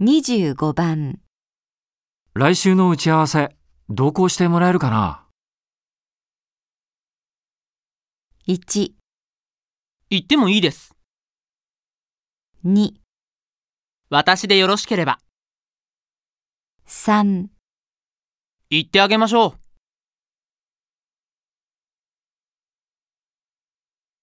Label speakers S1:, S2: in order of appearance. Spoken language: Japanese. S1: 25番、
S2: 来週の打ち合わせ、同行してもらえるかな
S1: 1、
S3: 行ってもいいです。
S1: 2、
S3: 私でよろしければ。
S1: 3
S3: 行ってあげましょう。